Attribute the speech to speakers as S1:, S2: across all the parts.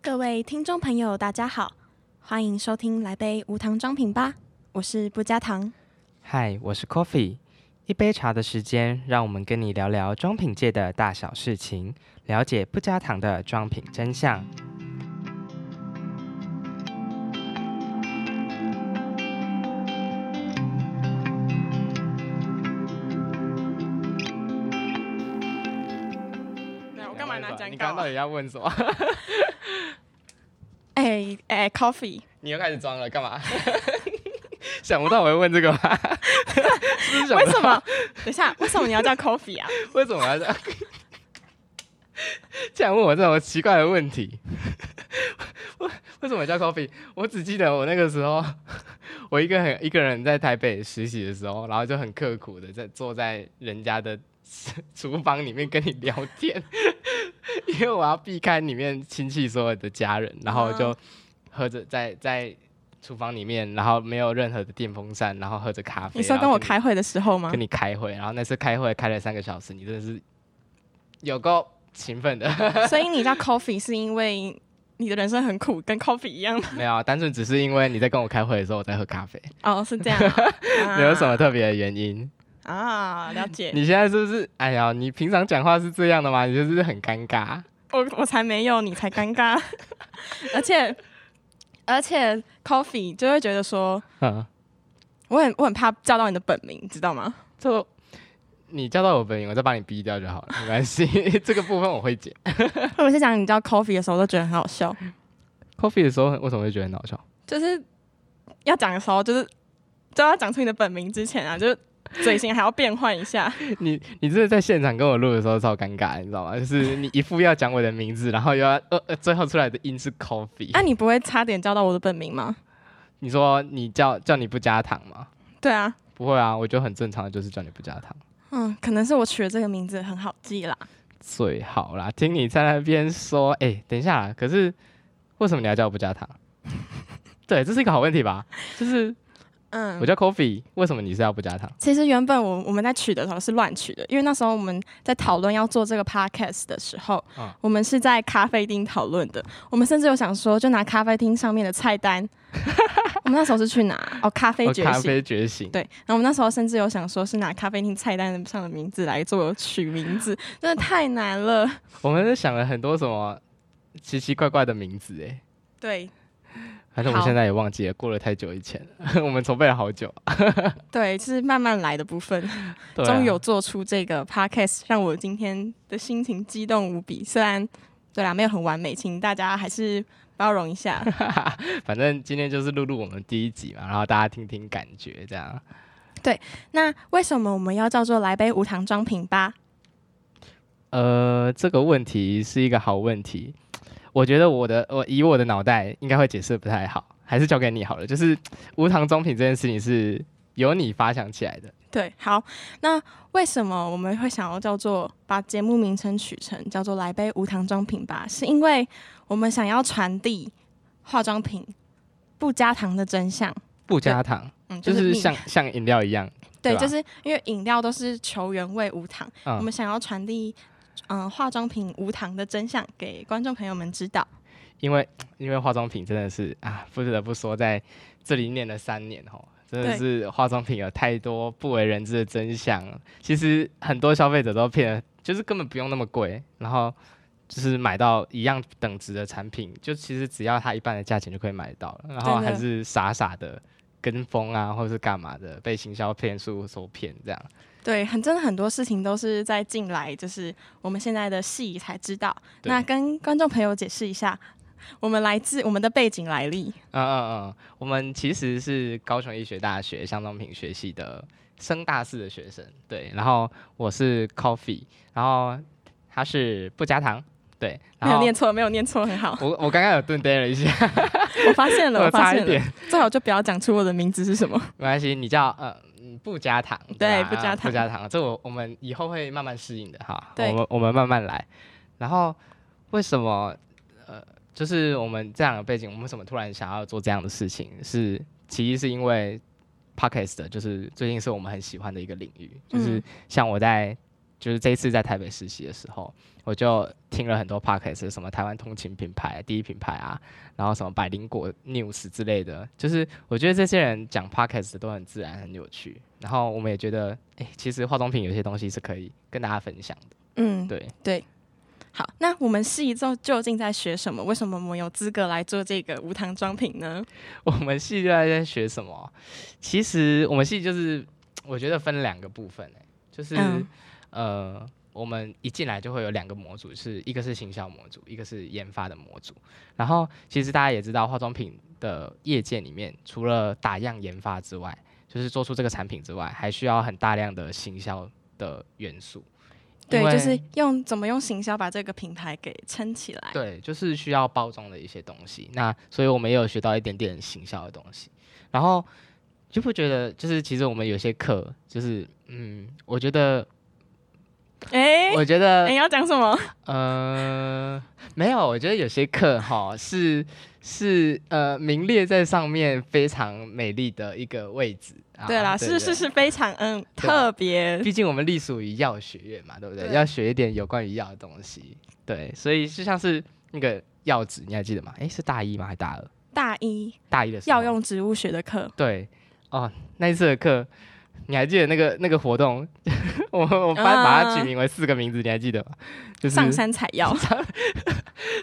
S1: 各位听众朋友，大家好，欢迎收听《来杯无糖装品吧》，我是不加糖。
S2: 嗨，我是 Coffee。一杯茶的时间，让我们跟你聊聊装品界的大小事情，了解不加糖的装品真相。
S1: 我干嘛拿讲啊
S2: 你刚刚到底要问什么？
S1: 哎哎，Coffee，
S2: 你又开始装了，干嘛？想不到我会问这个吧？ 是不是想
S1: 为
S2: 不
S1: 什
S2: 到
S1: 么？等一下，为什么你要叫 Coffee 啊？
S2: 为什么要这样？竟然问我这种奇怪的问题？ 为什么叫 coffee？我只记得我那个时候，我一个很一个人在台北实习的时候，然后就很刻苦的在坐在人家的厨房里面跟你聊天， 因为我要避开里面亲戚所有的家人，然后
S1: 嗯
S2: 就喝着在在厨房里面，然后没有任何的电风扇，然后喝着咖啡。
S1: 你说
S2: 然
S1: 跟
S2: 后
S1: 我
S2: 你
S1: 开会的时候吗
S2: 跟？你开会，然后那次开会开了三个小时，你真的是有够勤奋 的。
S1: 所以你叫 Coffee 是因为你的人生很苦，跟 Coffee 一 样吗？
S2: 没有啊，单纯只是因为你在跟我开会的时候我在喝咖啡，
S1: 哦，是这样啊、啊
S2: 没有什么特别的原 因。
S1: 啊？了解，
S2: 你现在是不是？哎呀，你平常讲话是这样的吗？你就是很尴尬。
S1: 我我才没有，你才尴尬， 而且而且 Coffee 就会觉得说，
S2: 嗯，
S1: 我很我很怕叫到你的本名，知道吗？
S2: 就你叫到我本名，我再把你逼掉就好了，没关 系。这个部分我会剪。
S1: 我每次讲你叫 Coffee 的时候，都觉得很好笑，
S2: Coffee 的时候为什么会觉得很好笑？
S1: 就是要讲的时候，就是就要讲出你的本名之前啊，就是嘴型还要变换一下。
S2: 你你真的在现场跟我录的时候超尴尬，你知道吗？就是你一副要讲我的名字，然后又要呃呃，最后出来的音是 coffee。
S1: 那、啊你不会差点叫到我的本名吗？
S2: 你说你叫叫你不加糖吗？
S1: 对啊，
S2: 不会啊，我觉得很正常的，就是叫你不加糖
S1: 嗯，可能是我取的这个名字很好记啦。
S2: 最好啦。听你在那边说，哎、等一下啦，可是为什么你要叫我不加糖？ 对，这是一个好问题吧？就是
S1: 嗯
S2: 我，叫 Coffee，为什么你是要不加糖？
S1: 其实原本我我们在取的时候是乱取的，因为那时候我们在讨论要做这个 podcast 的时候，
S2: 嗯
S1: 我们是在咖啡厅讨论的。我们甚至有想说，就拿咖啡厅上面的菜 单，我们那时候是去拿哦咖啡
S2: 哦
S1: 觉
S2: 咖
S1: 醒。
S2: 啡觉醒。
S1: 对，然后我们那时候甚至有想说，是拿咖啡厅菜单上的名字来做取名字，真的太难了。
S2: 我们是想了很多什么奇奇怪怪的名字、哎，
S1: 对
S2: 反正我
S1: 好
S2: 现在也忘记了，过了太久以前 了，我们筹备了好久。
S1: 对，是慢慢来的部分，
S2: 对啊
S1: 终于有做出这个 podcast，让我今天的心情激动无比。虽然对啦，没有很完美，请大家还是包容一下。
S2: 反正今天就是录录我们第一集嘛，然后大家听听感觉这样。
S1: 那为什么我们要叫做来杯无糖装品吧？
S2: 呃，这个问题是一个好问题，我觉得我的我以我的脑袋应该会解释得不太好，还是交给你好了。就是无糖中品这件事情是由你发想起来的，
S1: 对，好，那为什么我们会想要叫做把节目名称取成叫做“来杯无糖装品吧”？是因为我们想要传递化妆品不加糖的真相。
S2: 不加糖，
S1: 嗯，
S2: 就是是
S1: 秘
S2: 像像饮料一样。
S1: 对，
S2: 对吧
S1: 就是因为饮料都是求原味无糖，
S2: 嗯
S1: 我们想要传递嗯、呃化妆品无糖的真相给观众朋友们知道。
S2: 因为因为化妆品真的是啊，不得不说，在这里念了三年吼，真的
S1: 对
S2: 是化妆品有太多不为人知的真相。其实很多消费者都骗了，就是根本不用那么贵，然后就是买到一样等值的产品，就其实只要它一半的价钱就可以买到了，然后
S1: 真的
S2: 还是傻傻的跟风啊，或者是干嘛的，被行销骗术所骗这样。
S1: 对，很真的很多事情都是在近来，就是我们现在的戏才知道。
S2: 对
S1: 那跟观众朋友解释一下，我们来自我们的背景来历。
S2: 嗯嗯嗯，我们其实是高雄医学大学香妆品学系的升大四的学生，对。然后我是 Coffee，然后他是不加糖，对。
S1: 没
S2: 然
S1: 有
S2: 后
S1: 念错，没有念错，很好。
S2: 我我刚刚有顿呆了一下，
S1: 我发现了，
S2: 我
S1: 我发
S2: 差
S1: 现
S2: 一点
S1: 了。，最好就不要讲出我的名字是什么。
S2: 没关系，你叫呃嗯不加糖，
S1: 对
S2: 吧
S1: 不加
S2: 啊
S1: 糖
S2: 不加糖，这我我们以后会慢慢适应的哈。
S1: 对
S2: 我们我们慢慢来。然后为什么呃，就是我们这样的背景，我们为什么突然想要做这样的事情？是其一是因为 podcast 就是最近是我们很喜欢的一个领域，就是
S1: 嗯
S2: 像我在就是这一次在台北实习的时候，我就听了很多 podcast，什么台湾通勤品牌、第一品牌啊，然后什么百灵果 news 之类的，就是我觉得这些人讲 podcast 都很自然、很有趣。然后我们也觉得，哎、其实化妆品有些东西是可以跟大家分享的。
S1: 嗯，
S2: 对，
S1: 对。好，那我们系究究竟在学什么？为什么我们有资格来做这个无糖妆品呢？
S2: 我们系就在学什么？其实我们系就是我觉得分两个部分、欸，就是、
S1: 嗯
S2: 呃，我们一进来就会有两个模组，是一个是行销模组，一个是研发的模组。然后其实大家也知道，化妆品的业界里面，除了打样研发之外，就是做出这个产品之外，还需要很大量的行销的元素。
S1: 对
S2: 因，为
S1: 就是用怎么用行销把这个品牌给撑起来。
S2: 对，就是需要包装的一些东西。那所以我们也有学到一点点行销的东西。然后就不觉得，就是其实我们有些课，就是嗯，我觉得，
S1: 哎、
S2: 我觉得
S1: 哎、，要讲什么？
S2: 呃，没有，我觉得有些课哈是是呃名列在上面非常美丽的一个位置。啊
S1: 对啦，是是。是非常嗯
S2: 对啊
S1: 特别
S2: 对，毕竟我们隶属于药学院嘛，对不对？
S1: 对
S2: 要学一点有关于药的东西，对，所以就像是那个药纸，你还记得吗？诶，是大一吗？还是大二？
S1: 大一
S2: 大一的时候
S1: 药用植物学的课，
S2: 对哦，那一次的课，你还记得那个那个活动？ 我我班把它取名为四个名字，你还记得吗？就是
S1: 啊上山采药。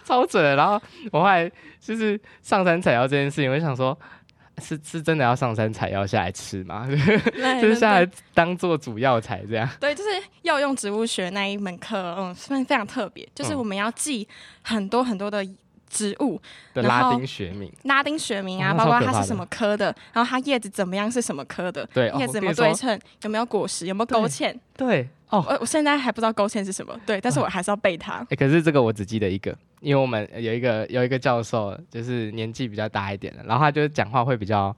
S2: 超准的。然后我后来就是上山采药这件事情，我就想说，是是真的要上山采药下来吃吗？
S1: 对
S2: 就
S1: 对
S2: 是下
S1: 对
S2: 来当做主药材这样。
S1: 对，就是药用植物学那一门课，嗯，非非常特别，就是
S2: 嗯
S1: 我们要记很多很多的植物
S2: 的
S1: 然
S2: 拉
S1: 后
S2: 丁学名，
S1: 拉丁学名啊，
S2: 哦
S1: 包
S2: 那超
S1: 括
S2: 可
S1: 它
S2: 怕
S1: 是什
S2: 的
S1: 么科的，然后它叶子怎么样是什么科的，
S2: 对哦
S1: 叶子怎
S2: 我跟
S1: 么
S2: 你说
S1: 对称，有没有果实，有没有
S2: 对
S1: 勾芡。
S2: 对哦。
S1: 我我现在还不知道勾芡是什么，对，但是我还是要背 它。
S2: 欸可是这个我只记得一个，因为我们有一个有一个教授，就是年纪比较大一点的，然后他就是讲话会比较，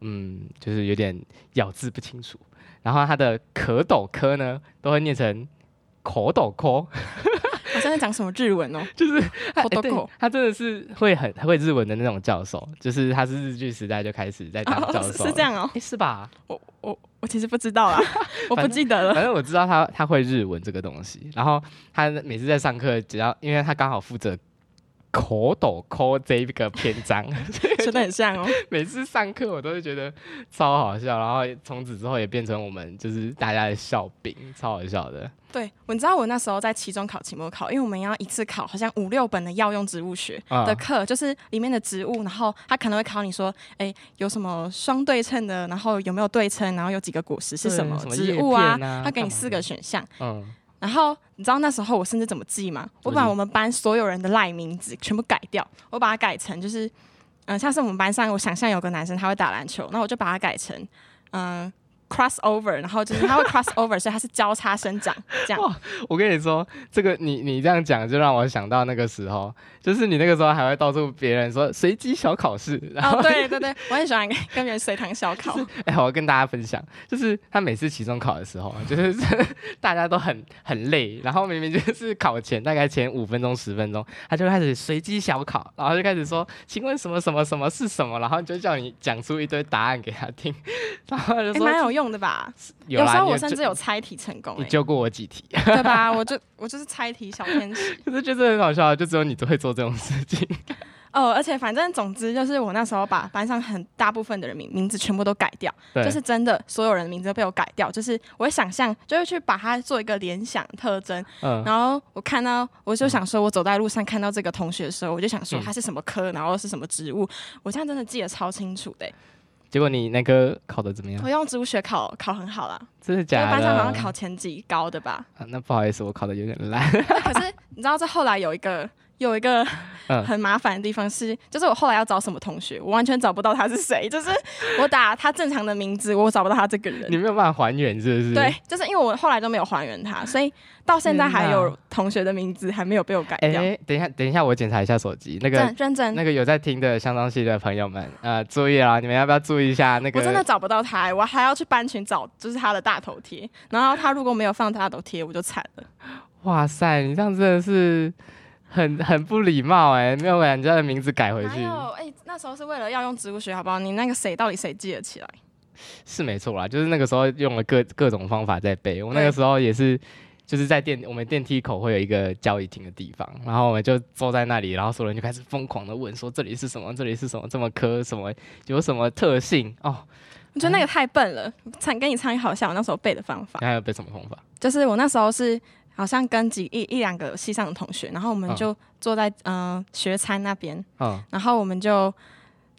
S2: 嗯，就是有点咬字不清楚，然后他的可斗科呢都会念成口斗科，
S1: 好像在讲什么日文哦，
S2: 就是他、
S1: 口
S2: 欸
S1: 斗
S2: 对
S1: 口
S2: 他真的是会很会日文的那种教授，就是他是日剧时代就开始在当教
S1: 哦，
S2: 授、
S1: 是是这，样哦，
S2: 欸，是吧？
S1: 我我我其实不知道 啦，我不
S2: 反
S1: 记得 了。
S2: 反正我知道他他会日文这个东西，然后他每次在上课，只要因为他刚好负责口斗口这一个篇章，
S1: 真的很像 哦。
S2: 每次上课我都会觉得超好笑，然后从此之后也变成我们就是大家的笑柄，超好笑的。
S1: 对，我你知道我那时候在期中考、期末考，因为我们要一次考好像五六本的药用植物学
S2: 啊
S1: 的课，就是里面的植物，然后他可能会考你说，哎，有什么双对称的，然后有没有对称，然后有几个果实是
S2: 对
S1: 什么
S2: 什么
S1: 植
S2: 叶
S1: 物啊
S2: 片啊？
S1: 他给
S2: 干
S1: 你
S2: 嘛
S1: 四
S2: 的
S1: 个选项，
S2: 嗯，
S1: 然后你知道那时候我甚至怎么记吗？我把我们班所有人的赖名字全部改掉，我把它改成就是，嗯、像是我们班上，我想象有个男生他会打篮球，那我就把它改成，嗯、crossover，然后就是 他会 crossover，所以他是交叉生长这样。
S2: 我跟你说，这个你你这样讲就让我想到那个时候，就是你那个时候还会到处别人说随机小考试，然后
S1: 哦，对对对，我很喜欢跟跟别人随堂小 考，
S2: 哎、我要跟大家分享，就是他每次期中考的时候，啊就是 大家都很很累，然后明明就是考前大概前五分钟十分钟，他就开始随机小考，然后就开始说，请问什么什么什么是什么，然后就叫你讲出一堆答案给他听， 然后他就
S1: 也
S2: 说、
S1: 蛮有用的吧？
S2: 有啦
S1: 时候
S2: 你
S1: 我
S2: 有
S1: 甚
S2: 救
S1: 至哎有猜题成功、
S2: 你
S1: 哎，
S2: 救过我几题，
S1: 对吧？我就我就是猜题小天使。
S2: 可是觉得很好笑，就只有你会做这种事情，
S1: 哦，而且反正总之就是我那时候把班上很大部分的人名名字全部都改掉，
S2: 对，
S1: 就是真的所有人的名字都被我改掉，就是我会想象，就会去把它做一个联想特征。
S2: 嗯，
S1: 然后我看到，我就想说，我走在路上看到这个同学的时候，我就想说
S2: 嗯
S1: 他是什么科，然后是什么植物。我这样真的记得超清楚的、欸
S2: 结果你那个考的怎么样
S1: 我？用植物学考考很好啦，
S2: 真的
S1: 因为
S2: 嗯假的？
S1: 班上好像考前几高的吧。
S2: 啊那不好意思，我考的有点烂，
S1: 对可是你知道，这后来有一个有一个
S2: 嗯
S1: 很麻烦的地方是，就是我后来要找什么同学，我完全找不到他是谁。就是我打他正常的名字，我找不到他这个人
S2: 你。没有办法还原，是不是？
S1: 对，就是因为我后来都没有还原 他，所以到现在还有同学的名字还没有被我改
S2: 哎、
S1: 掉。
S2: 等一下，等一下，我检查一下手机。那个
S1: 真认真，
S2: 那个有在听的香樟系的朋友们，呃，注意啦，你们要不要注意一下那个？
S1: 我真的找不到他、我还要去班群找，就是他的大头贴。然后他如果没有放大头贴，我就惨了。
S2: 哇塞，你这样真的是很很不礼貌哎、没有把人家的名字改回
S1: 哪
S2: 去，
S1: 有？哎、那时候是为了要用植物学，好不好？你那个谁到底谁记得起来？
S2: 是没错啦。就是那个时候用了各各种方法在背，我那
S1: 对
S2: 个时候也是。就是在电我们电梯口会有一个交易厅的地方，然后我们就坐在那里，然后所有人就开始疯狂的问说这里是什么，这里是什么，这么科什么有什么特性哦，
S1: 我觉得那个太笨了，参跟你参考一下我那时候背的方法
S2: 你，还有背什么方法？
S1: 就是我那时候是好像跟几一一两个系上的同学，然后我们
S2: 嗯
S1: 就坐在嗯、呃学餐那边，
S2: 嗯，
S1: 然后我们就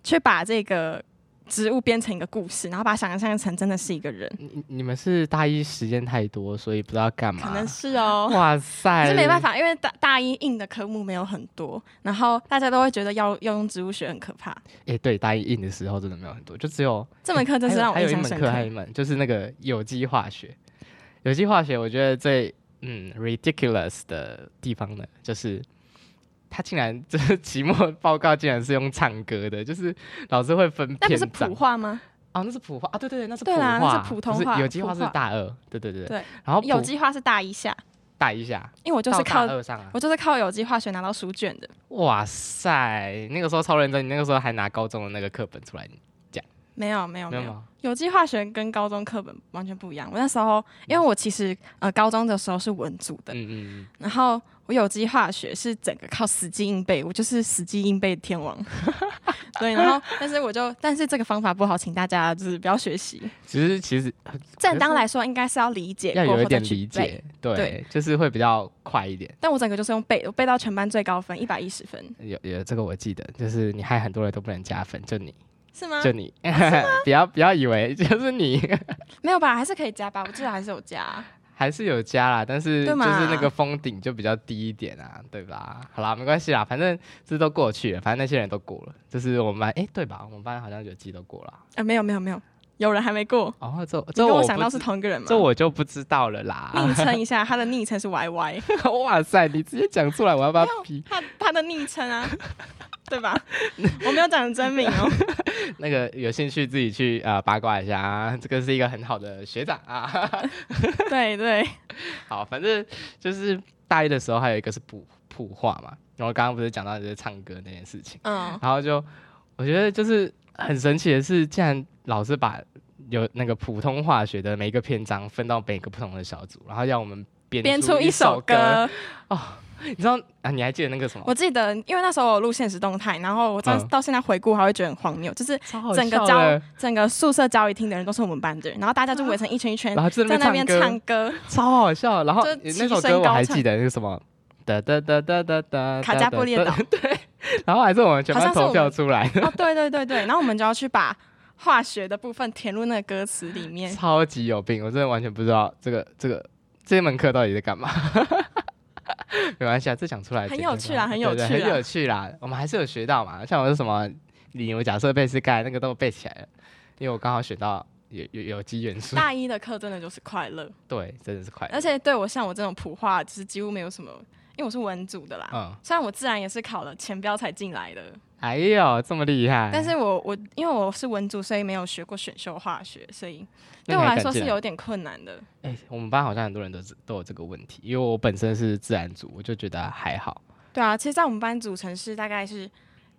S1: 去把这个植物编成一个故事，然后把它想象成真的是一个人，
S2: 你你们是大一时间太多，所以不知道干嘛，
S1: 可能是哦。
S2: 哇 哎
S1: 可
S2: 塞，
S1: 是没办法，因为大大一硬的科目没有很多，然后大家都会觉得要要用植物学很可怕。
S2: 哎、对，大一硬的时候真的没有很多，就只有
S1: 这门课真是让我
S2: 哎还有
S1: 印
S2: 还有
S1: 象
S2: 一门
S1: 深
S2: 课，还有一
S1: 刻。
S2: 门就是那个有机化学。有机化学，我觉得最嗯 ridiculous 的地方呢，就是他竟然就是期末报告竟然是用唱歌的，就是老师会分
S1: 那不
S2: 篇
S1: 是
S2: 章
S1: 普化吗？
S2: 哦，那是普化啊，对对对，那是普
S1: 对啦
S2: 化，
S1: 那是普通
S2: 不
S1: 话
S2: 有机
S1: 普
S2: 化是
S1: 化
S2: 大二，对对对
S1: 对，
S2: 然后
S1: 有
S2: 普
S1: 机化是大一下，
S2: 大一下，
S1: 因为我就
S2: 到
S1: 是靠
S2: 大二上啊，
S1: 我就是靠有机化学拿到书卷的，
S2: 哇塞，那个时候超认真，你那个时候还拿高中的那个课本出来，
S1: 没有没有
S2: 没
S1: 没
S2: 有
S1: 有。
S2: 吗？
S1: 有机化学跟高中课本完全不一样。我那时候，因为我其实呃高中的时候是文组的，
S2: 嗯嗯嗯，
S1: 然后我有机化学是整个靠死记硬背，我就是死记硬背的天王。 对，然后但是我就，但是这个方法不好，请大家就是不要学习。
S2: 其实其实
S1: 正当来说，应该是要理解，
S2: 要有一点
S1: 去
S2: 理
S1: 背。
S2: 解，对，
S1: 对
S2: 就是会比较快一点。
S1: 但我整个就是用背，我背到全班最高分一百一十分，
S2: 有有这个我记得，就是你害很多人都不能加分，就你、
S1: 是吗
S2: 就？你， 不要不要以为就是你
S1: 没有吧？还是可以加吧？我记得还是有加。
S2: 还是有加啦，但
S1: 对
S2: 是就是
S1: 嘛
S2: 那个封顶就比较低一点啊，对吧？好啦，没关系啦，反正这都过去了，反正那些人都过了，就是我们班哎、对吧？我们班好像有记都过了啊，
S1: 啊，没有没有没有，有人还没过。
S2: 哦，这
S1: 你
S2: 这
S1: 跟
S2: 我
S1: 我
S2: 不
S1: 想到是
S2: 知
S1: 同一个人吗？
S2: 这我就不知道了啦。
S1: 昵称一下，他的昵称是 YY，
S2: 哇塞，你直接讲出来，我要不要
S1: 没有
S2: 批？
S1: 他他的昵称啊， 对吧？我没有讲真名哦。
S2: 那个有兴趣自己去呃八卦一下 啊，这个是一个很好的学长啊。
S1: 对对，
S2: 好，反正就是大一的时候还有一个是普普化嘛，然后刚刚不是讲到就是唱歌那件事情，
S1: 嗯，
S2: 然后就我觉得就是很神奇的是，竟然老师把有那个普通化学的每一个篇章分到每个不同的小组，然后要我们编
S1: 编
S2: 出
S1: 出一首
S2: 首歌。
S1: 歌，
S2: 你知道啊？你还记得那个什么？
S1: 我记得，因为那时候我有录现实动态，然后我到
S2: 嗯
S1: 到现在回顾还会觉得很荒谬，就是
S2: 超好
S1: 整个
S2: 笑
S1: 交
S2: 的
S1: 整个宿舍交易厅的人都是我们班的人，然后大家就围成一圈一圈
S2: 然。后就
S1: 在那边
S2: 歌，
S1: 唱歌，
S2: 超好笑。然后
S1: 就
S2: 那
S1: 齐
S2: 首
S1: 声
S2: 歌我
S1: 高
S2: 还
S1: 唱
S2: 记得那个什么。哒哒哒哒哒哒，
S1: 卡加布列 岛。
S2: 然后还是我们全
S1: 好
S2: 班
S1: 像是
S2: 投
S1: 我
S2: 票
S1: 们
S2: 出来，
S1: 哦，对对对对，然后我们就要去把化学的部分填入那个歌词里面，
S2: 超级有病，我真的完全不知道这个这个这门课到底在干嘛。 没关系啊，这讲出来
S1: 很
S2: 绝对
S1: 有
S2: 不
S1: 趣啦
S2: 好
S1: 很有
S2: 对对
S1: 趣
S2: 很
S1: 啦
S2: 有趣啦。我们还是有学到嘛，像我是什么理由假设背是盖那个都背起来了，因为我刚好选到有有有机元素，
S1: 大一的课真的就是快乐，
S2: 对，真的是快乐。
S1: 而且对我像我这种普化，就是几乎没有什么，因为我是文组的啦。
S2: 嗯，
S1: 虽然我自然也是考了前标才进来的，
S2: 哎呦，这么厉害！
S1: 但是我我因为我是文组，所以没有学过选修化学，所以
S2: 那
S1: 对我
S2: 你
S1: 来
S2: 还敢
S1: 说是
S2: 进
S1: 有点困难的。
S2: 哎、我们班好像很多人都是都有这个问题，因为我本身是自然组，我就觉得还好。
S1: 对啊，其实，在我们班组成是大概是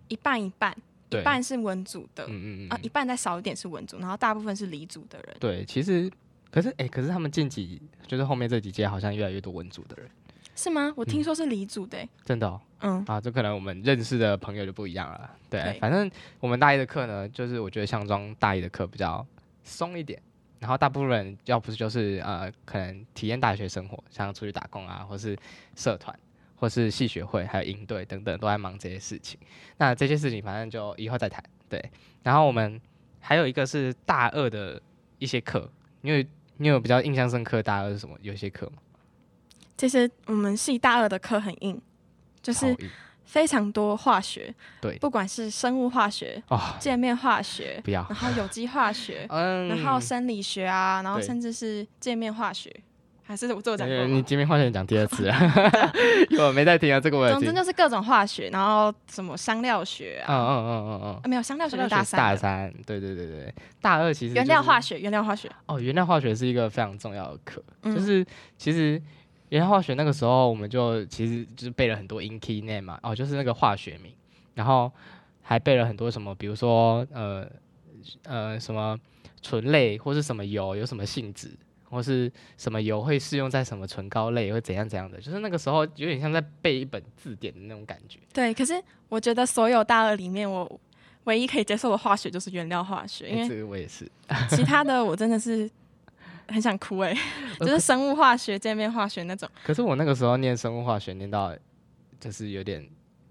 S1: 一半一半，
S2: 对，
S1: 一半是文组的，
S2: 嗯嗯嗯
S1: 啊，，一半再少一点是文组，然后大部分是理组的人。
S2: 对，其实可是哎、可是他们近几就是后面这几届好像越来越多文组的人，
S1: 是吗？我听说是理组的、欸
S2: 真的、哦、
S1: 嗯，
S2: 啊，这可能我们认识的朋友就不一样了。对，
S1: 对
S2: 反正我们大一的课呢，就是我觉得像中大一的课比较松一点，然后大部分人要不是就是呃，可能体验大学生活，像出去打工啊，或是社团。或是系学会，还有营队等等，都在忙这些事情。那这些事情反正就以后再谈。对，然后我们还有一个是大二的一些课，因为你有比较印象深刻大二是什么？有一些课吗？
S1: 其实我们系大二的课很硬，就是
S2: 超硬
S1: 非常多化学，
S2: 对
S1: 不管是生物化学、
S2: 哦，
S1: 界面化学，
S2: 不要，
S1: 然后有机化学，
S2: 嗯，
S1: 然后生理学啊，然后
S2: 对
S1: 甚至是界面化学，还是我这我讲过
S2: 呃你
S1: 吗。
S2: 今天换成讲第二 次啊， 因为我没在听啊，这个我有
S1: 总
S2: 听。
S1: 之就是各种化学，然后什么香料学
S2: 嗯
S1: 啊，
S2: 嗯嗯嗯
S1: 啊没有香料
S2: 嗯，
S1: 学是
S2: 大
S1: 大
S2: 三，
S1: 三
S2: 大
S1: 的
S2: 三，对对对对，大二其实
S1: 原料化
S2: 学
S1: 学，原料化学，
S2: 哦，原料化学是一个非常重要的课，
S1: 嗯
S2: 就是其实原料化学那个时候我们就其实就是背了很多 in key name 嘛，哦，就是那个化学名，然后还背了很多什么，比如说呃呃什么醇类或是什么油有什么性质，或是什么油会适用在什么唇膏类，会怎样怎样的，就是那个时候有点像在背一本字典的那种感觉。
S1: 对，可是我觉得所有大二里面，我唯一可以接受的化学就是原料化学，因
S2: 哎
S1: 为
S2: 这个我也是，
S1: 其他的我真的是很想哭 哎、就是生物化学、界面化学那种。
S2: 可是我那个时候念生物化学，念到就是有点，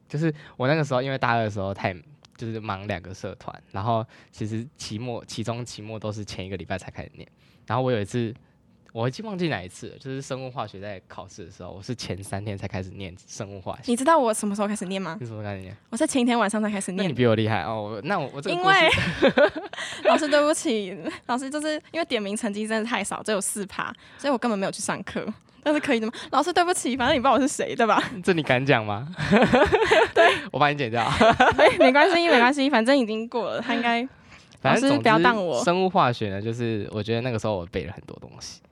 S2: 就是我那个时候因为大二的时候太就是忙两个社团，然后其实期末、期中、期末都是前一个礼拜才开始念。然后我有一次，我已经忘记哪一次了，就是生物化学在考试的时候，我是前三天才开始念生 物化学。
S1: 你知道我什么时候开始念吗？
S2: 你怎么开始念？
S1: 我是前一天晚上才开始
S2: 那你
S1: 念，
S2: 比我厉害哦。我那我我这个
S1: 因
S2: 故事
S1: 为 老师对不起， 老师就是因为点名成绩真的太少，只有四趴，所以我根本没有去上课。但是可以的吗？老师对不起，反正你不知道我是谁对 吧？
S2: 这你敢讲 吗？对，我帮你剪掉。
S1: 哎没没关系，没关系，反正已经过了，他应该
S2: 反正
S1: 老师
S2: 总
S1: 不要
S2: 之
S1: 当我
S2: 生物化学呢，就是我觉得那个时候我背了很多东西，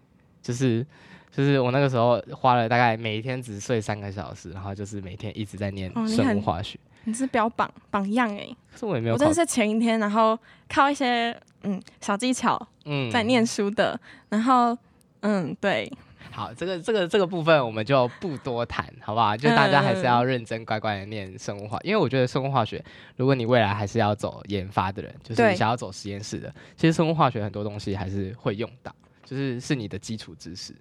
S2: 就是就是我那个时候花了大概每一天只睡三个小时，然后就是每天一直在念
S1: 哦你
S2: 生物
S1: 很
S2: 化学，
S1: 你是标榜榜样哎、
S2: 可是我也没有
S1: 我
S2: 考
S1: 真的，是前一天，然后靠一些嗯小技巧
S2: 嗯
S1: 在念书的，然后嗯对，
S2: 好，这个这个这个部分我们就不多谈，好不好？就大家还是
S1: 嗯
S2: 要认真乖乖的念生物化，因为我觉得生物化学，如果你未来还是要走研发的人，就是
S1: 对
S2: 你想要走实验室的，其实生物化学很多东西还是会用到，就是是你的基础知识。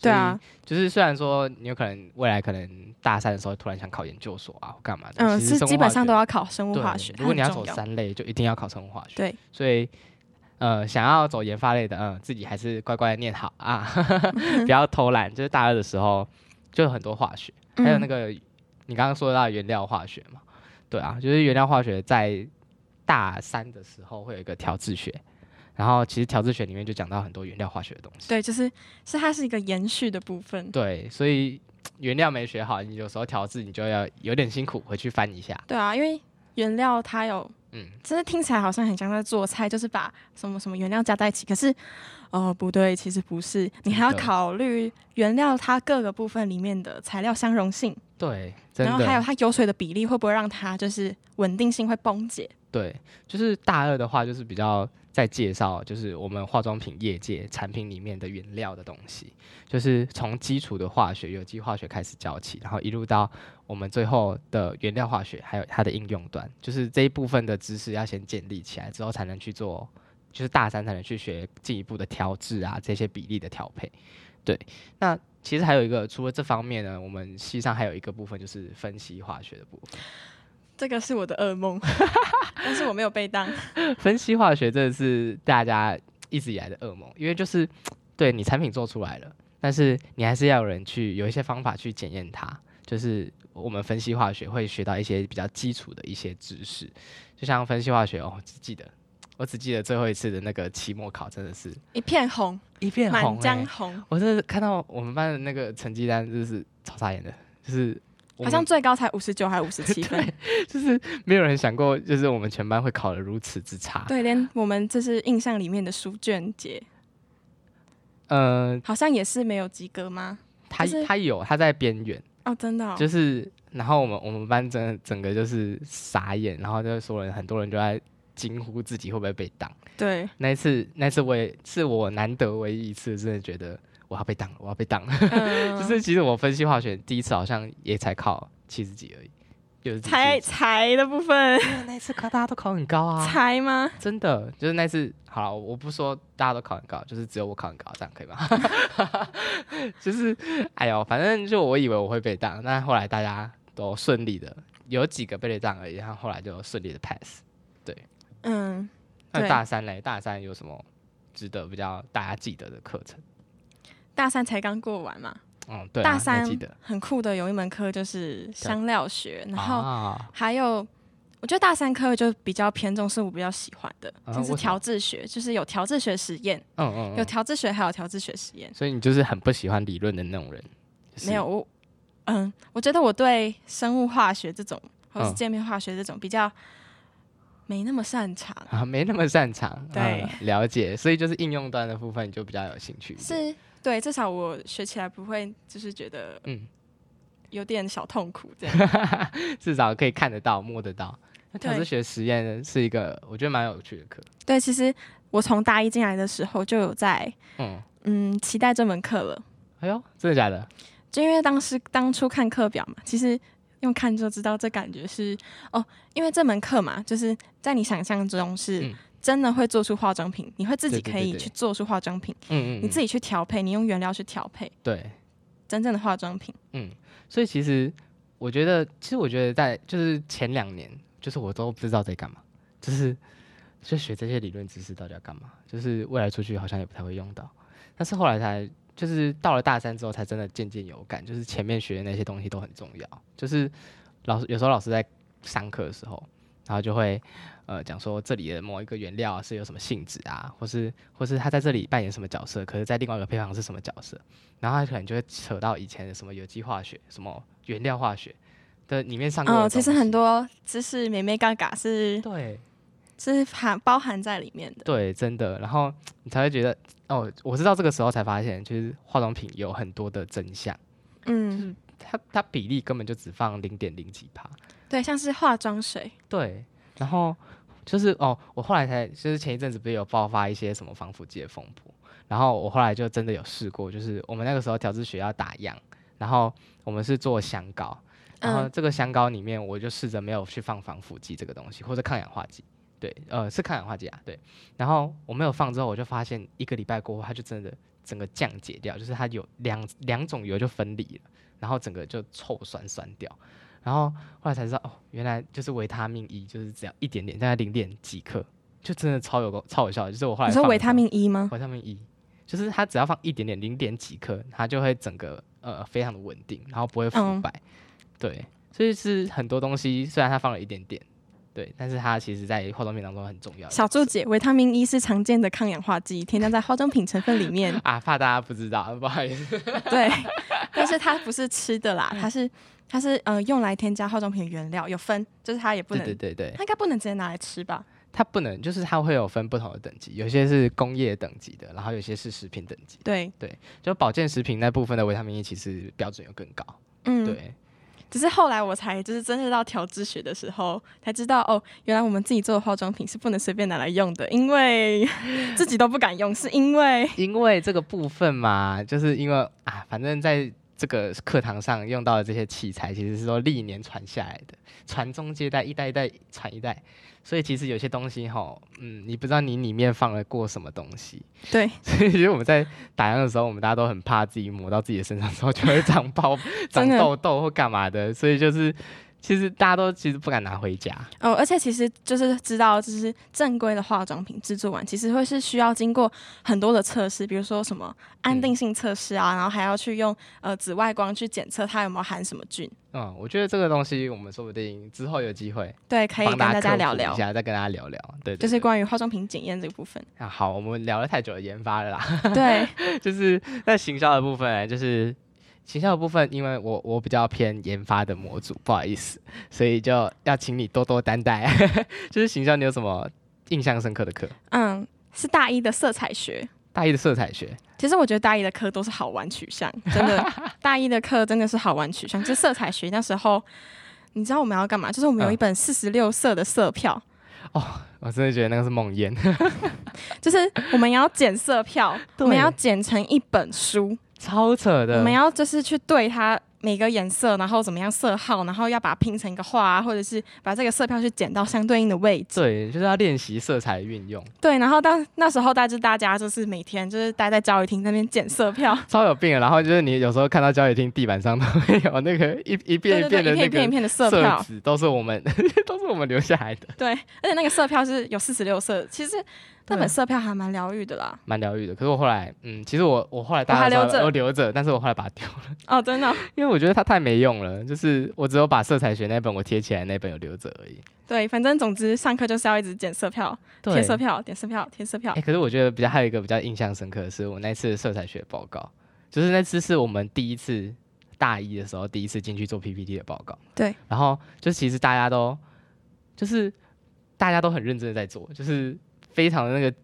S1: 对啊，
S2: 就是虽然说你有可能未来可能大三的时候突然想考研究所啊，或干嘛的，
S1: 嗯
S2: 其
S1: 是
S2: 实生物
S1: 基本
S2: 化
S1: 上
S2: 学
S1: 都要考生物
S2: 对
S1: 化学，
S2: 如果你要
S1: 它很
S2: 走
S1: 重
S2: 三类，就一定要考生物化学。
S1: 对，
S2: 所以呃，想要走研发类的，嗯，自己还是乖乖的念好啊， 不要偷懒。就是大二的时候，就有很多化学，还
S1: 嗯
S2: 有那个、你刚刚说到原料化学嘛，对啊，就是原料化学在大三的时候会有一个调制学，然后其实调制学里面就讲到很多原料化学的东西。
S1: 对，就是是它是一个延续的部分，
S2: 对，所以原料没学好，你有时候调制你就要有点辛苦，回去翻一下。
S1: 对啊，因为原料它有，
S2: 嗯
S1: 真的听起来好像很像在做菜，就是把什么什么原料加在一起，可是哦不对，其实不是，你还要
S2: 真的
S1: 考虑原料它各个部分里面的材料相容性，
S2: 对，真
S1: 然后
S2: 的。
S1: 还有它油水的比例会不会让它就是稳定性会崩解。
S2: 对，就是大二的话，就是比较在介绍，就是我们化妆品业界产品里面的原料的东机，就是从基础的化学、有机化学开始教起，然后一路到我们最后的原料化学，还有它的应用端，就是这一部分的知识要先建立起来，之后才能去做，就是大三才能去学进一步的调制啊，这些比例的调配。对，那其实还有一个，除了这方面呢，我们系上还有一个部分就是分析化学的部分。
S1: 这个是我的噩 梦，但是我没有被当。
S2: 分析化学真的是大家一直以来的噩梦，因为就是对你产品做出来了，但是你还是要有人去有一些方法去检验它。就是我们分析化学会学到一些比较基础的一些知识，就像分析化学哦，只记得我只记得最后一次的那个期末考真的是
S1: 一片红，
S2: 一片红、
S1: 满江
S2: 欸，
S1: 红，
S2: 我真的看到我们班的那个成绩单就是超傻眼的，就是
S1: 好
S2: 我们
S1: 像最高才五十九还五十七分。
S2: 就是没有人想过，就是我们全班会考得如此之差。
S1: 对，连我们这是印象里面的书卷节，
S2: 嗯、
S1: 好像也是没有及格吗？
S2: 他
S1: 就是
S2: 他有他在边缘，
S1: 哦，真的、哦，
S2: 就是然后我们我们班整整个就是傻眼，然后就说人很多人就在惊呼自己会不会被当。
S1: 对，
S2: 那一次那一次我也是我难得唯一一次真的觉得我要被当了，我要被当了。
S1: 嗯、
S2: 就是其实我分析化学第一次好像也才考七十几而已，就是
S1: 才才的部分，
S2: 那一次考大家都考很高啊，
S1: 才吗？
S2: 真的就是那次，好啦我不说大家都考很高，就是只有我考很高，这样可以吗？ 就是，哎呦，反正就我以为我会被当，但后来大家都顺利的，有几个被了当而已，然后后来就顺利的 pass。
S1: 嗯，
S2: 那
S1: 对
S2: 大三嘞，大三有什么值得比较大家记得的课程？
S1: 大三才刚过完嘛，
S2: 嗯，对啊、
S1: 大三
S2: 你记得。
S1: 很酷的有一门课就是香料学，然后
S2: 啊，
S1: 还有。我觉得大三科就比较偏重，是我比较喜欢的，就
S2: 啊
S1: 是
S2: 为什么
S1: 调制学，就是有调制学实验，
S2: 嗯嗯
S1: 有
S2: 嗯，
S1: 调制学，还有调制学实验。
S2: 所以你就是很不喜欢理论的那种人。就是
S1: 没有我，嗯，我觉得我对生物化学这种，或是
S2: 嗯
S1: 界面化学这种比较没那么擅长，
S2: 啊，没那么擅长。
S1: 对
S2: 嗯了解，所以就是应用端的部分你就比较有兴趣一点。
S1: 是对，至少我学起来不会，就是觉得
S2: 嗯
S1: 有点小痛苦这样。
S2: 至少可以看得到、摸得到。那
S1: 对
S2: 调制学实验是一个我觉得蛮有趣的课，
S1: 对，其实我从大一进来的时候就有在
S2: 嗯，
S1: 嗯期待这门课了，
S2: 哎呦，真的假的？
S1: 就因为当时当初看课表嘛，其实用看就知道这感觉是哦，因为这门课嘛，就是在你想象中是
S2: 嗯
S1: 真的会做出化妆品，你会自己
S2: 对对
S1: 可
S2: 对
S1: 以
S2: 对
S1: 去做出化妆品，
S2: 嗯嗯，
S1: 你自
S2: 己
S1: 己去调配，你用原料去调配
S2: 对，
S1: 真正的化妆品。
S2: 所以其实我觉得，其实我觉得在就是前两年，就是我都不知道在干嘛，就是就学这些理论知识到底要干嘛，就是未来出去好像也不太会用到，但是后来才就是到了大三之后，才真的渐渐有感，就是前面学的那些东西都很重要，就是老师有时候老师在上课的时候。然后就会，呃，讲说这里的某一个原料是有什么性质啊，或是或是他在这里扮演什么角色，可是在另外一个配方是什么角色，然后他可能就会扯到以前的什么有机化学、什么原料化学的里面上过的
S1: 哦，
S2: 东西。
S1: 其实很多知识美美嘎嘎是
S2: 对
S1: 是含包含在里面的。
S2: 对，真的。然后你才会觉得，哦，我是到这个时候才发现，就是化妆品有很多的真相，
S1: 嗯，
S2: 它它比例根本就只放零点零几帕。
S1: 对，像是化妆水，
S2: 对，然后就是哦，我后来才就是前一阵子不是有爆发一些什么防腐剂的风波，然后我后来就真的有试过，就是我们那个时候调制学要打样，然后我们是做香膏，然后
S1: 嗯
S2: 这个香膏里面我就试着没有去放防腐剂这个东西或者抗氧化剂。对，呃，是抗氧化剂啊，对。然后我没有放之后，我就发现一个礼拜过后，它就真的整个降解掉，就是它有两两种油就分离了，然后整个就臭酸酸掉。然后后来才知道，哦，原来就是维他命 E，就是只要一点点，大概零点几克，就真的超有功超有效的。就是我后来
S1: 你说
S2: 放
S1: 维
S2: 的时
S1: 他
S2: 候
S1: 命 E 吗？
S2: 维他命 E，就是它只要放一点点零点几克，它就会整个呃非常的稳定，然后不会腐
S1: 嗯
S2: 败。对，所以是很多东西虽然它放了一点点，对，但是它其实在化妆品当中很重要的
S1: 小注解：维他命 E 是常见的抗氧化剂，添加在化妆品成分里
S2: 。
S1: 面
S2: 啊，怕大家不知道，不好意思。
S1: 对，但是它不是吃的啦，它是它是呃用来添加化妆品的原料，有分，就是它也不
S2: 对
S1: 能，
S2: 对对对，
S1: 它应该不能直接拿来吃吧？
S2: 它不能，就是它会有分不同的等级，有些是工业等级的，然后有些是食品等级。
S1: 对，
S2: 就保健食品那部分的维他命 E 其实标准又更高。
S1: 嗯，。
S2: 对，
S1: 只是后来我才就是真的到调制学的时候才知道，哦，原来我们自己做的化妆品是不能随便拿来用的，因为 自己都不敢用，是因为
S2: 因为这个部分嘛，就是因为啊，反正在这个课堂上用到的这些器材，其实是说历年传下来的，传宗接代，一代一代传一代。所以其实有些东西哈，嗯，你不知道你里面放了过什么东西。
S1: 对
S2: 所以其实我们在打样的时候，我们大家都很怕自己抹到自己的身上之后就会 长包、长
S1: 真的
S2: 痘痘或干嘛的。所以就是，其实大家都其实不敢拿回家。
S1: 哦，而且其实就是知道，就是正规的化妆品制作完，其实会是需要经过很多的测试，比如说什么安
S2: 嗯
S1: 定性测试啊，然后还要去用呃紫外光去检测它有没有含什么菌。
S2: 嗯，我觉得这个东西我们说不定之后有机会
S1: 对，可以
S2: 帮
S1: 跟大
S2: 家
S1: 家
S2: 科
S1: 聊
S2: 普
S1: 聊
S2: 一，下，再跟大家聊聊。对
S1: 就
S2: 对
S1: 是
S2: 对
S1: 关于化妆品检验这个部 分。
S2: 啊，好，我们聊了太久了，研发了啦。
S1: 对，
S2: 就是在行销的部分呢，就是行销的部分，因为我我比较偏研发的模组，不好意思，所以就要请你多多担待。 就是行销，你有什么印象深刻的课？
S1: 嗯，是大一的色彩学。
S2: 大一的色彩学，
S1: 其实我觉得大一的课都是好玩取向，真的， 大一的课真的是好玩取向。就色彩学那时候，你知道我们要干嘛？就是我们有一
S2: 嗯
S1: 本四十六色的色票，
S2: 我真的觉得那个是梦魇。
S1: 就是我们要剪色票，
S2: 对
S1: 我们要剪成一本书，
S2: 超扯的，
S1: 我们要就是去对它每个颜色，然后怎么样色号，然后要把它拼成一个画、啊，或者是把这个色票去剪到相对应的位置。
S2: 对，就是要练习色彩运用，
S1: 对，然后当那时候大致大家就是每天就是待在教育厅那边剪色 票，
S2: 超有病的。然后就是你有时候看到教育厅地板上都会有那个一
S1: 对
S2: 一
S1: 对
S2: 遍一
S1: 对，
S2: 遍的
S1: 一片
S2: 那
S1: 一片一
S2: 个
S1: 片的色票，
S2: 纸，都是我们 都是我们留下来的，
S1: 对，而且那个色票是有四十六色，其实那
S2: 对
S1: 本色票还蛮疗愈的啦。
S2: 蛮疗愈的。可是我后来，嗯，其实我我后来大
S1: 我还
S2: 家都知道
S1: 留着
S2: 我留着，但是我后来把它丢了，
S1: 哦，真的哦、
S2: 因为我觉得它太没用了。就是我只有把色彩学那本我贴起来那本有留着而已。
S1: 对，反正总之上课就是要一直剪色票，贴色票，点色票，贴色票
S2: 哎、。可是我觉得比较还有一个比较印象深刻的是我那次的色彩学报告，就是那次是我们第一次大一的时候第一次进去做 PPT 的报告。
S1: 对，
S2: 然后就其实大家都就是大家都很认真的在做，就是非常的那个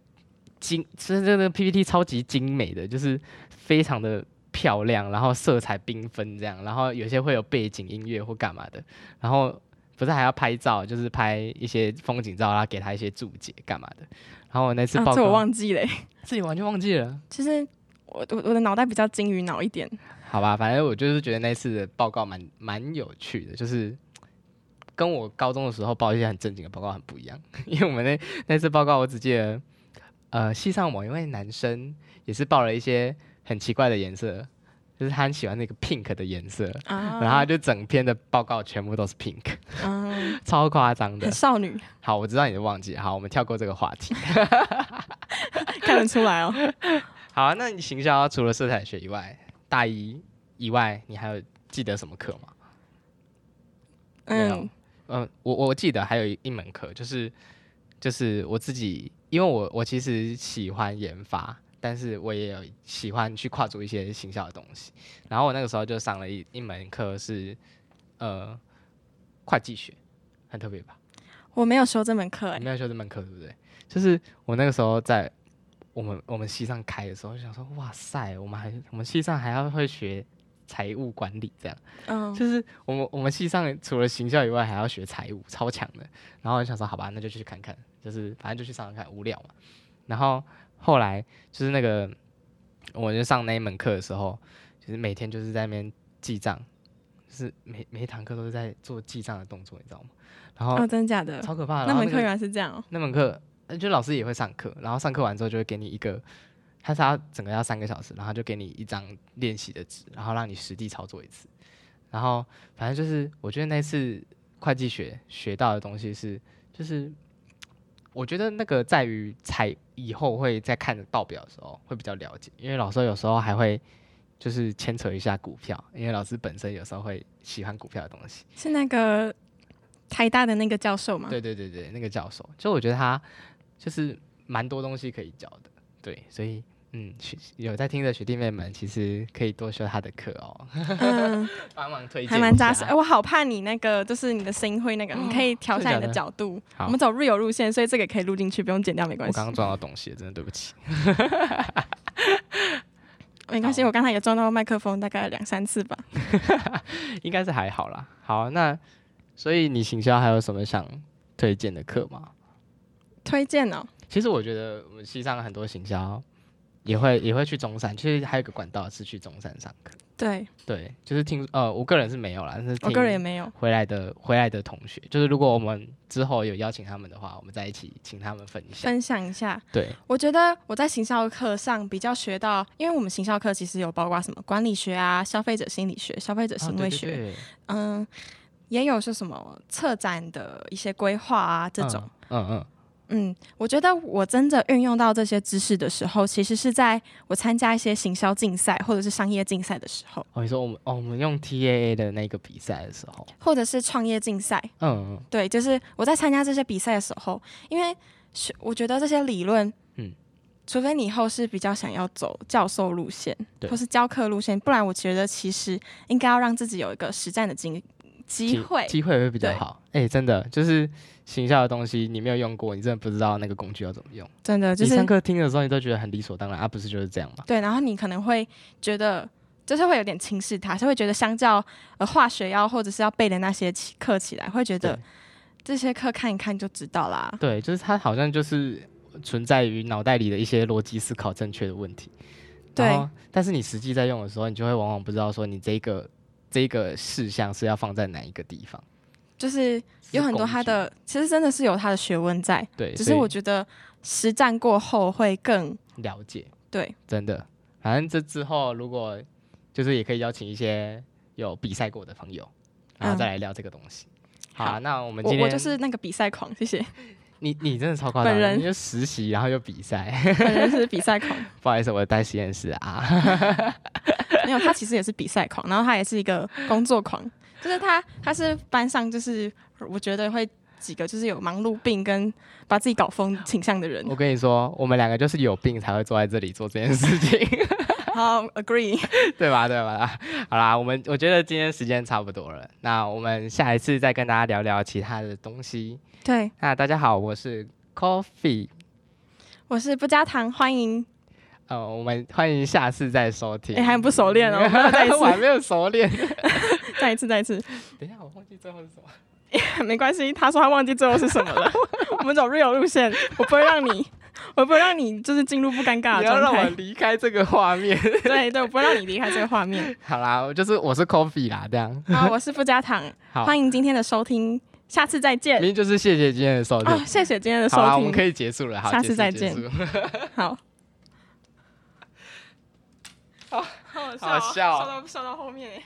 S2: 精，真的那个 PPT 超级精美的，就是非常的。漂亮，然后色彩缤纷这样，然后有些会有背景音乐或干嘛的，然后不是还要拍照，就是拍一些风景照，然后给他一些注解干嘛的。然后我那次
S1: 啊
S2: 报，告，
S1: 这我忘记了欸，
S2: 自己完全忘记了。
S1: 就是我我我的脑袋比较金鱼脑一点，
S2: 好吧，反正我就是觉得那次的报告蛮蛮有趣的，就是跟我高中的时候报一些很正经的报告很不一样。 因为我们那那次报告，我只记得，呃，系上某一位男生也是报了一些很奇怪的颜色，就是他很喜欢那个 pink 的颜色，
S1: 啊，
S2: 然后他就整篇的报告全部都是 pink，
S1: 嗯，
S2: 超夸 张的
S1: 很。少女，
S2: 好，我知道你的忘记，好，我们跳过这个话题。
S1: 看得出来哦。
S2: 好啊，那你行销除了色彩学以外，大一以外，你还有记得什么课吗？ 没有
S1: 嗯，
S2: 嗯，我我记得还有一一门课，就是就是我自己，因为我我其实喜欢研发，但是我也有喜欢去跨足一些行销的东西。然后我那个时候就上了一一门课是呃会计学，很特别吧？
S1: 我没有修这门课，哎
S2: 你，没有修这门课对不对？就是我那个时候在我们我们系上开的时候，就想说哇塞，我们还我们系上还要会学财务管理这样。
S1: 嗯，
S2: 就是我们我们系上除了行销以外，还要学财务，超强的。然后我就想说，好吧，那就去看看，就是反正就去上上看，无聊嘛。然后后来就是那个，我就上那一门课的时候，就是每天就是在那边记账，就是每每一堂课都是在做记账的动作，你知道吗？然后、
S1: 哦，真的假的？
S2: 超可怕的。
S1: 那
S2: 然后
S1: 门课
S2: 个
S1: 原来是这样哦，
S2: 那门课，呃就老师也会上课，然后上课完之后就会给你一个，他是要整个要三个小时，然后就给你一张练习的纸，然后让你实地操作一次。然后反正就是，我觉得那次会计学学到的东西是，就是我觉得那个在于财以后会在看报表的时候会比较了解，因为老师有时候还会就是牵扯一下股票，因为老师本身有时候会喜欢股票的东西。
S1: 是那个台大的那个教授吗？
S2: 对对对对，那个教授，就我觉得他就是蛮多东西可以教的，对，所以嗯，学有在听的学弟妹们，其实可以多修他的课哦，
S1: 嗯，
S2: 帮忙推荐，
S1: 还蛮扎实。哎，。我好怕你那个，就是你的声音会那个，你可以调一下你
S2: 真的假
S1: 的角
S2: 的
S1: 度。
S2: 好
S1: 我们走 real 路线，所以这个可以录进去，不用剪掉，没关
S2: 我
S1: 系
S2: 刚。刚撞到东西了，真的对不起。
S1: 没关系，
S2: 好
S1: 我刚才也撞到麦克风大概两三次吧。
S2: 应该是还好啦。好，那所以你行销还有什么想推荐的课吗？
S1: 推荐哦，
S2: 其实我觉得我们西上很多行销也会也会去中山，其实还有一个管道是去中山上课。
S1: 对
S2: 对，就是听呃，我个人是没有啦，但是
S1: 我
S2: 听
S1: 个人也没有。
S2: 回来的回来的同学，就是如果我们之后有邀请他们的话，我们再一起请他们分享。
S1: 分享一下，
S2: 对，
S1: 我觉得我在行销课上比较学到，因为我们行销课其实有包括什么管理学啊、消费者心理学、消费者行为学，
S2: 啊对对对
S1: 嗯，也有是什么策展的一些规划啊这种。
S2: 嗯嗯
S1: 嗯，我觉得我真的运用到这些知识的时候，其实是在我参加一些行销竞赛或者是商业竞赛的时候，
S2: 哦，你说我们哦，我们用 TAA 的那个比赛的时候，
S1: 或者是创业竞赛。
S2: 嗯嗯
S1: 对，就是我在参加这些比赛的时候，因为是我觉得这些理论，嗯
S2: 嗯，
S1: 除非你以后是比较想要走教授路线
S2: 对
S1: 或是教课路线，不然我觉得其实应该要让自己有一个实战的经机会。
S2: 机会会比较
S1: 对
S2: 好。哎、真的就是行销的东西，你没有用过，你真的不知道那个工具要怎么用。
S1: 真的就
S2: 你
S1: 是
S2: 上课听的时候，你都觉得很理所当然啊，不是就是这样吗？
S1: 对，然后你可能会觉得，就是会有点轻视它，是会觉得相较呃化学要或者是要背的那些起课起来，会觉得
S2: 对
S1: 这些课看一看就知道啦。
S2: 对，就是它好像就是存在于脑袋里的一些逻辑思考正确的问题。
S1: 对
S2: 然后，但是你实际在用的时候，你就会往往不知道说你这个这个事项是要放在哪一个地方。
S1: 就是有很多它的，其实真的是有它的学问在，
S2: 对，
S1: 只
S2: 所
S1: 是
S2: 以
S1: 我觉得实战过后会更
S2: 了解，
S1: 对。
S2: 真的。反正这之后如果就是也可以邀请一些有比赛过的朋友，然后
S1: 嗯
S2: 再来聊这个东西。
S1: 好
S2: 好啊，那我们
S1: 我
S2: 今天
S1: 我就是那个比赛狂，谢谢，
S2: 你，你真的超夸
S1: 本
S2: 张的，
S1: 人
S2: 你就实习然后又比赛，
S1: 本人是比赛狂，
S2: 不好意思，我待实验室啊。
S1: 没有他其实也是比赛狂，然后他也是一个工作狂，就是他他是班上就是我觉得会几个就是有忙碌病跟把自己搞疯倾向的人，
S2: 我跟你说，我们两个就是有病才会坐在这里做这件事情，
S1: 好，agree。
S2: 对吧？对吧？好啦，我们我觉得今天时间差不多了，那我们下一次再跟大家聊聊其他的东西。
S1: 对，
S2: 那大家好，我是 Coffee，
S1: 我是不加糖，欢迎。
S2: 呃，我们欢迎下次再收听。
S1: 哎、还不熟练哦，我们要 再一
S2: 我还
S1: 次，
S2: 没有熟 练。
S1: 再一次，再一次，
S2: 等一下，我忘记最后是什 么。
S1: 没关系。他说他忘记最后是什么了，我们走 real 路线，我不会让你，我不会让你就是进入不尴尬的
S2: 你
S1: 状
S2: 要让
S1: 态。
S2: 我离开这个画面。
S1: 对对，我不会让你离开这个画 面。
S2: 好啦，我就是我是 Coffee 啦，这样
S1: 好，我是付家堂，
S2: 好。
S1: 欢迎今天的收听，下次再见
S2: 明。天就是谢谢今天的收听。
S1: 啊，谢谢今天的收
S2: 好啦，我们可
S1: 听。
S2: 以结束了，好，
S1: 下
S2: 结
S1: 次
S2: 束
S1: 再
S2: 结
S1: 见
S2: 束
S1: 好，好，好好
S2: 好笑哦
S1: 到笑到后面哎。